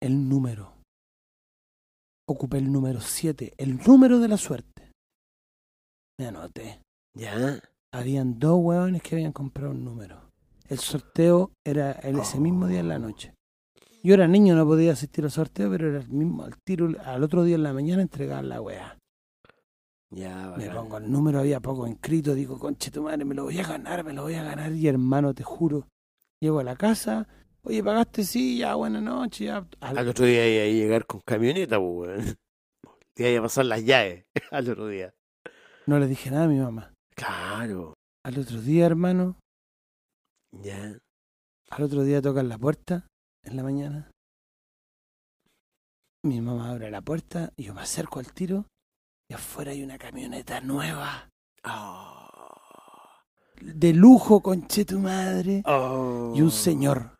Speaker 2: el número. Ocupé el número 7, el número de la suerte. Me anoté.
Speaker 1: Ya.
Speaker 2: habían dos hueones que habían comprado un número. El sorteo era el, ese mismo día en la noche. Yo era niño, no podía asistir al sorteo, pero era el mismo al tiro, al otro día en la mañana entregar la wea.
Speaker 1: Ya,
Speaker 2: Me
Speaker 1: bacán.
Speaker 2: pongo el número, había poco inscrito, digo, conche tu madre, me lo voy a ganar, me lo voy a ganar, y hermano, te juro. Llego a la casa, oye, pagaste, sí, ya, buena noche, ya. Al-
Speaker 1: Al otro día iba a llegar con camioneta, pues, weón. Te iba a pasar las llaves *laughs* al otro día.
Speaker 2: no le dije nada a mi mamá.
Speaker 1: Claro.
Speaker 2: Al otro día, hermano,
Speaker 1: Ya.
Speaker 2: Al otro día tocan la puerta en la mañana. Mi mamá abre la puerta y yo me acerco al tiro y afuera hay una camioneta nueva.
Speaker 1: Oh.
Speaker 2: De lujo, conche tu madre.
Speaker 1: Oh. Ah.
Speaker 2: Y
Speaker 1: *laughs*
Speaker 2: un señor.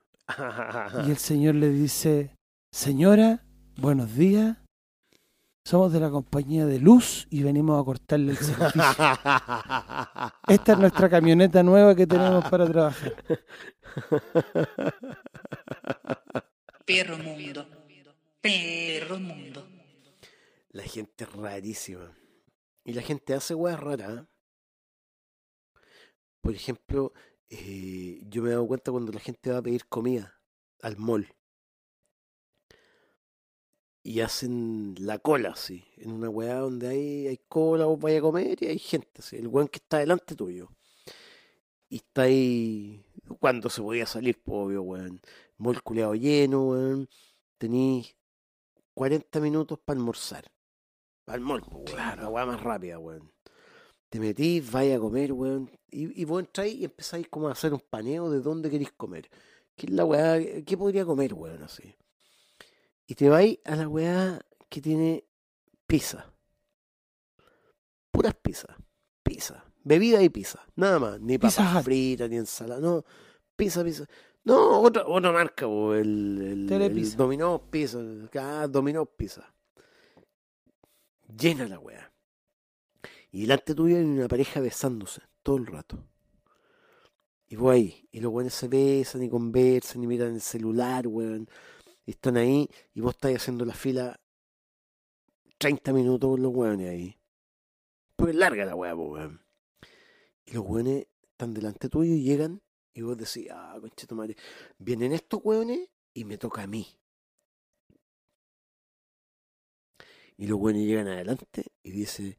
Speaker 2: Y el señor le dice, señora, buenos días. Somos de la compañía de luz y venimos a cortarle el
Speaker 1: *laughs*
Speaker 2: servicio. Esta es nuestra camioneta nueva que tenemos para trabajar.
Speaker 3: Perro mundo. Perro mundo.
Speaker 1: La gente es rarísima. Y la gente hace weas raras. ¿eh? Por ejemplo, eh, yo me he dado cuenta cuando la gente va a pedir comida al mall. Y hacen la cola así, en una weá donde hay, hay cola, vos vaya a comer y hay gente así, el weón que está delante tuyo. Y está ahí cuando se podía salir, po, obvio, weón. Mall culeado lleno, weón. Tenís 40 minutos para almorzar. Al mall,
Speaker 2: Oh,
Speaker 1: po, weón. La weá más rápida, weón. Te metís, vais a comer, weón. Y, y vos entráis y empezáis como a hacer un paneo de dónde queréis comer. ¿Qué es la weá? ¿Qué podría comer, weón? Así. Y te vais a la weá que tiene pizza. Puras pizzas. Pizza. Bebida y pizza. Nada más. Ni
Speaker 2: Pizza
Speaker 1: papas
Speaker 2: Hut.
Speaker 1: fritas, ni ensalada. No. Pizza, pizza. No, otra, otra marca, po, el, el,
Speaker 2: Telepizza.
Speaker 1: el Dominó Pizza. Ah, Dominó Pizza. Llena la weá. Y delante tuyo hay una pareja besándose todo el rato. Y voy ahí. Y los weones se besan y conversan y miran el celular, weón. Y están ahí y vos estás haciendo la fila 30 minutos con los weones ahí. Porque es larga la weá, po, weón. Y los weones están delante tuyo y llegan y vos decís, ah, conchito madre. Vienen estos weones y me toca a mí. Y los weones llegan adelante y dice,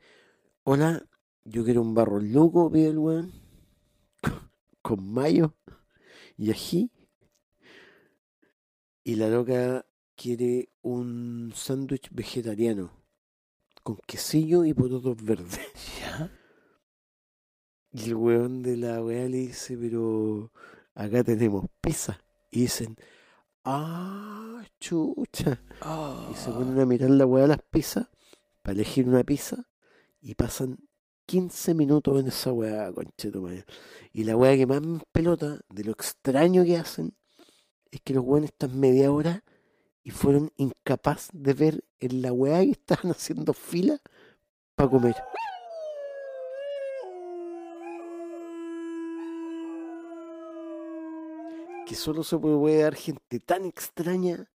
Speaker 1: hola, yo quiero un barro loco, pide el weón, con, *laughs* con mayo y ají. Y la loca quiere un sándwich vegetariano con quesillo y porotos verdes.
Speaker 2: Ya.
Speaker 1: Y el weón de la weá le dice, pero acá tenemos pizza. Y dicen, ah, chucha. Y se ponen a mirar la weá de las pizzas para elegir una pizza. Y pasan 15 minutos en esa weá, conchetumare. Y la weá que más me pelota de lo extraño que hacen es que los weones están media hora y fueron *laughs* incapaces de ver en la weá que estaban haciendo fila para comer. que solo se puede dar gente tan extraña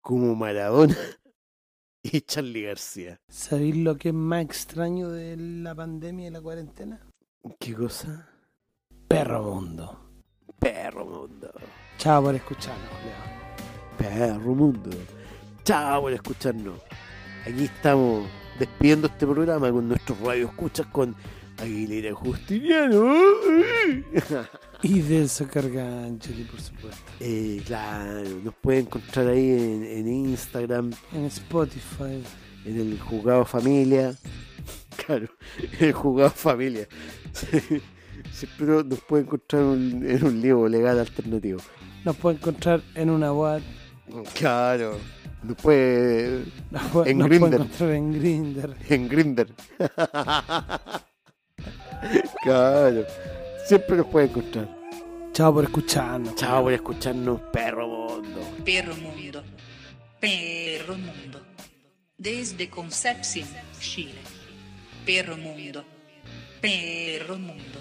Speaker 1: como Maradona *laughs* y Charlie García.
Speaker 2: ¿Sabéis lo que es más extraño de la pandemia y la cuarentena?
Speaker 1: ¿Qué cosa?
Speaker 2: Perro mundo.
Speaker 1: Perro mundo.
Speaker 2: Chao por escucharnos, Leo.
Speaker 1: Perro mundo. Chao por escucharnos. Aquí estamos despidiendo este programa con nuestros radio escuchas con Aguilera Justiniano. *laughs*
Speaker 2: Y de eso carga Angeli, por supuesto.
Speaker 1: Eh, claro, nos puede encontrar ahí en, en Instagram,
Speaker 2: En Spotify.
Speaker 1: en el jugado familia. *laughs* Claro, en el jugado familia. *laughs* Siempre nos puede encontrar un- en un libro legal alternativo.
Speaker 2: Nos puede encontrar en una web. *laughs*
Speaker 1: Claro. Nos puede
Speaker 2: Nos puede,
Speaker 1: En
Speaker 2: nos puede
Speaker 1: Grindr.
Speaker 2: encontrar en Grinder.
Speaker 1: en Grinder. *laughs* claro. Siempre nos puede encontrar.
Speaker 2: Chao por escucharnos.
Speaker 1: Chao por escucharnos, perro bondo.
Speaker 3: Perro Mundo. Perro Mundo. Desde Concepción, Chile. Perro Mundo. Perro Mundo.